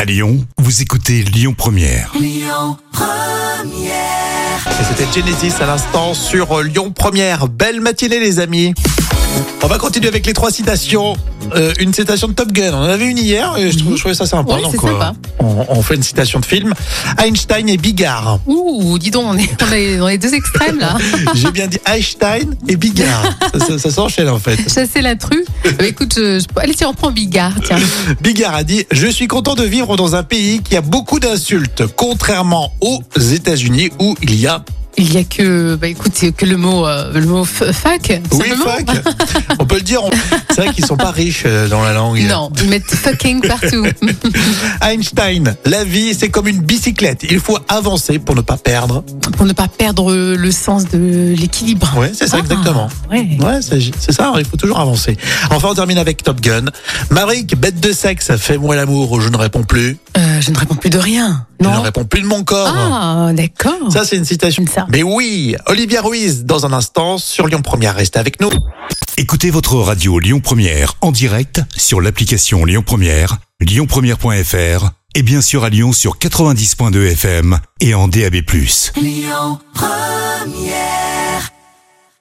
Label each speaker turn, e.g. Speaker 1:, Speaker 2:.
Speaker 1: À Lyon, vous écoutez Lyon Première.
Speaker 2: Et c'était Genesis à l'instant sur euh, Lyon Première. Belle matinée les amis. On va continuer avec les trois citations. Euh, une citation de Top Gun. On en avait une hier et je, trouve, je trouvais ça sympa.
Speaker 3: Ouais, c'est
Speaker 2: Donc, euh,
Speaker 3: sympa.
Speaker 2: on, on fait une citation de film. Einstein et Bigard.
Speaker 3: Ouh, dis donc, on est, on est dans les deux extrêmes là.
Speaker 2: J'ai bien dit Einstein et Bigard. ça ça- ça s'enchaîne en fait.
Speaker 3: Chasser la true. Bah, écoute, je, je- allez, tiens, on prend Bigard, tiens.
Speaker 2: Bigard a dit Je suis content de vivre dans un pays qui a beaucoup d'insultes, contrairement aux États-Unis où il y a.
Speaker 3: Il y a que, bah écoute, c'est que le mot, euh, le mot f- fuck. tout
Speaker 2: Oui,
Speaker 3: simplement.
Speaker 2: fuck On peut le dire, on- c'est vrai qu'ils sont pas riches euh, dans la langue.
Speaker 3: Non, ils mettent fucking partout.
Speaker 2: Einstein, la vie, c'est comme une bicyclette. Il faut avancer pour ne pas perdre.
Speaker 3: Pour ne pas perdre le sens de l'équilibre.
Speaker 2: Ouais, c'est ça,
Speaker 3: Ah,
Speaker 2: exactement.
Speaker 3: Ouais.
Speaker 2: Ouais, c'est c'est ça, il faut toujours avancer. Enfin, on termine avec Top Gun. Maverick, bête de sexe, fais-moi l'amour, je ne réponds plus.
Speaker 3: Euh, je ne réponds plus de rien.
Speaker 2: Je ne
Speaker 3: Non.
Speaker 2: réponds plus de mon corps.
Speaker 3: Ah, d'accord.
Speaker 2: Ça, c'est une citation.
Speaker 3: J'aime ça.
Speaker 2: Mais oui, Olivia Ruiz, dans un instant, sur Lyon Première. Restez avec nous.
Speaker 1: Écoutez votre radio Lyon Première en direct sur l'application Lyon Première, lyonpremière.fr et bien sûr à Lyon sur 90.2 FM et en DAB+.
Speaker 4: Lyon Première